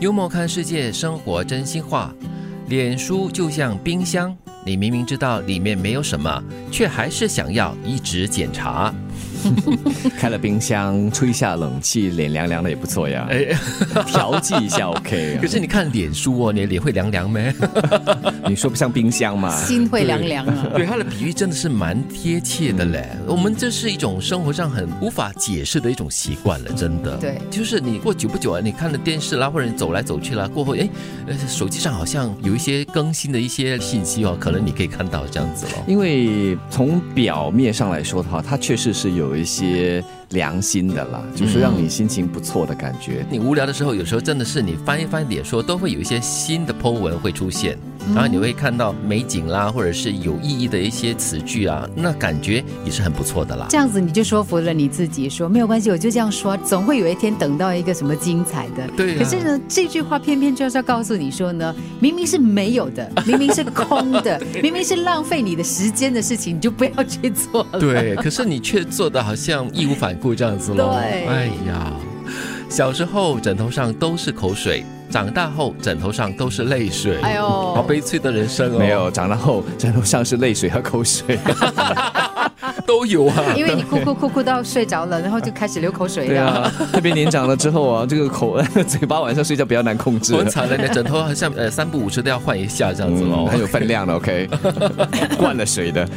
幽默看世界，生活真心话。脸书就像冰箱，你明明知道里面没有什么，却还是想要一直检查。开了冰箱，吹一下冷气，脸凉凉的也不错呀。哎，调剂一下 OK 啊。可是你看脸书哦，你的脸会凉凉没？你说不像冰箱嘛？心会凉凉 啊。 对，他的比喻真的是蛮贴切的嘞。嗯我们这是一种生活上很无法解释的一种习惯了，真的。对就是你过久不久啊，你看了电视啦，或者你走来走去啦，过后哎，呃，手机上好像有一些更新的一些信息哦，可能你可以看到这样子咯。因为从表面上来说的话，它确实是有一些良心的啦，嗯就是让你心情不错的感觉。你无聊的时候，有时候真的是你翻一翻脸说，都会有一些新的 po 文会出现，嗯然后你会看到美景啦，或者是有意义的一些词句啊，那感觉也是很不错的啦。这样子你就说服了你自己说，没有关系，我就这样说，啊总会有一天等到一个什么精彩的。对啊可是呢，这句话偏偏就是要告诉你说呢，明明是没有 的，明明是空的，明明是浪费你的时间的事情，你就不要去做 了。对， 可是你却做的好像义无反顾这样子喽。对哎呀，小时候枕头上都是口水，长大后枕头上都是泪水。哎呦好悲催的人生哦。啊没，有，长大后枕头上是泪水和口 水。都有啊。 因为你哭哭哭哭到睡着了，然后就开始流口水对了。啊，特别年长了之后啊，这个口嘴巴晚上睡觉比较难控 制我。很惨了，你的枕头好像呃三不五时都要换一下这样子嗯，喽。很有分量的，OK，灌了水的，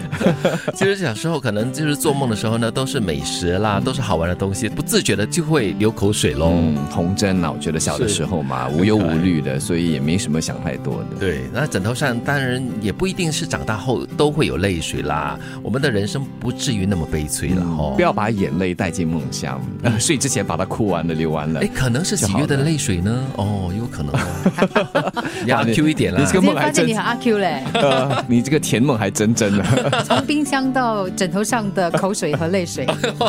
其实小时候可能就是做梦的时候呢，都是美食啦，都是好玩的东西，不自觉的就会流口水喽。嗯，童真啊，我觉得小的是时候嘛，无忧很可无爱虑的，所以也没什么想太多的。对，那枕头上当然也不一定是长大后都会有泪水啦，我们的人生不至于那么悲催了哦。不要把眼泪带进梦乡， 呃睡之前把它哭完了、流完了哎，。可能是喜悦的泪水呢？哦，有可能哦。要 哇你 Q 一点啦你。这个我今梦啊天还发现真你，很阿 Q 嘞，呃 你这个甜梦还真真 的。从冰箱到枕头上的口水和泪水。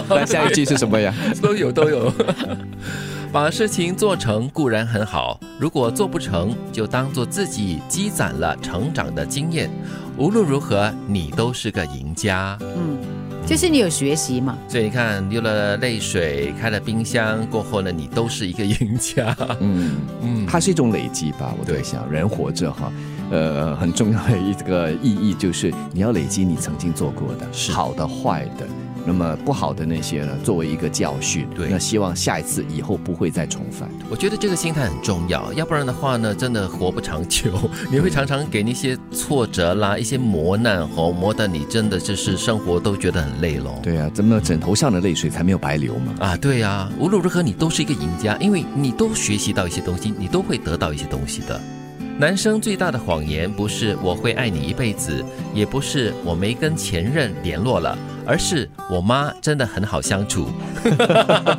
那下一句是什么 呀？都有都 有。把事情做成固然很好，如果做不成，就当做自己积攒了成长的经验。无论如何，你都是个赢家。嗯，就是你有学习嘛，所以你看，流了泪水，开了冰箱过后呢，你都是一个赢家。嗯，嗯，它是一种累积吧，我在对想，人活着哈。呃，很重要的一个意义就是你要累积你曾经做过的，是好的、坏的，那么不好的那些呢，作为一个教训，对那希望下一次以后不会再重犯。我觉得这个心态很重要，要不然的话呢，真的活不长久。你会常常给你一些挫折啦，一些磨难哦，磨得你真的就是生活都觉得很累咯。对啊，怎么枕头上的泪水才没有白流 嘛？啊，对啊，无论如何你都是一个赢家，因为你都学习到一些东西，你都会得到一些东西的。男生最大的谎言不是我会爱你一辈子，也不是我没跟前任联络了，而是我妈真的很好相处。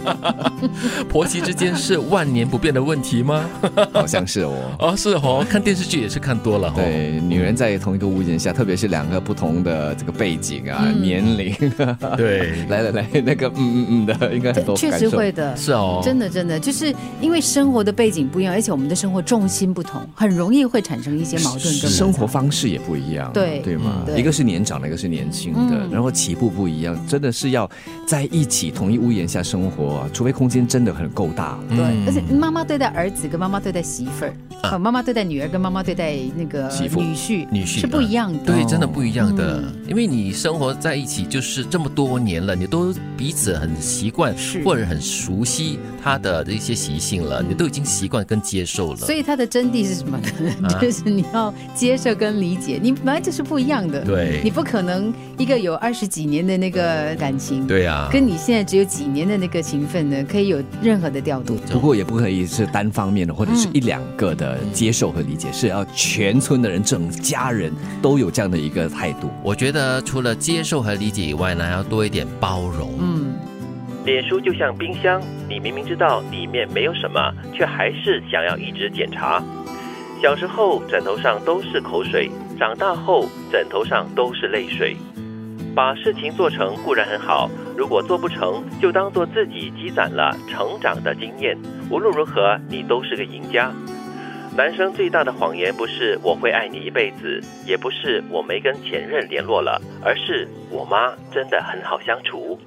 婆媳之间是万年不变的问题吗？好像是我。 哦，是哦，看电视剧也是看多了哦。对，女人在同一个屋檐下，特别是两个不同的这个背景啊、嗯年龄，啊对， 来来来，那个嗯嗯嗯的，应该 很多确感实受。会的。是哦，真的，真的，就是因为生活的背景不一样，而且我们的生活重心不同，很容易会产生一些矛盾跟摩擦生活方式也不一样，对对吗嗯？对一个是年长的，一个是年轻的，嗯然后起步不一样，真的是要在一起同一屋檐下生活啊，除非空间真的很够大。对，嗯而且妈妈对待儿子跟妈妈对待媳妇儿，啊呃妈妈对待女儿跟妈妈对待那个媳妇女婿女婿是不一样的。对，真的不一样的，哦因为你生活在一起就是这么多年了，你都彼此很习惯是，嗯或者很熟悉他的一些习性了，你都已经习惯跟接受了。所以它的真谛是什么呢？啊 就是你要接受跟理解，你本来就是不一样的。对你不可能一个有二十几年的那个感情，对啊，跟你现在只有几年的那个情分呢，可以有任何的调度。不过也不可以是单方面的，或者嗯是一两个的接受和理解，是要全村的人、整家人都有这样的一个态度。我觉得除了接受和理解以外呢，要多一点包容。嗯，脸书就像冰箱，你明明知道里面没有什么，却还是想要一直检查。小时候枕头上都是口水，长大后枕头上都是泪水。把事情做成固然很好，如果做不成，就当做自己积攒了成长的经验。无论如何，你都是个赢家。男生最大的谎言不是我会爱你一辈子，也不是我没跟前任联络了，而是我妈真的很好相处。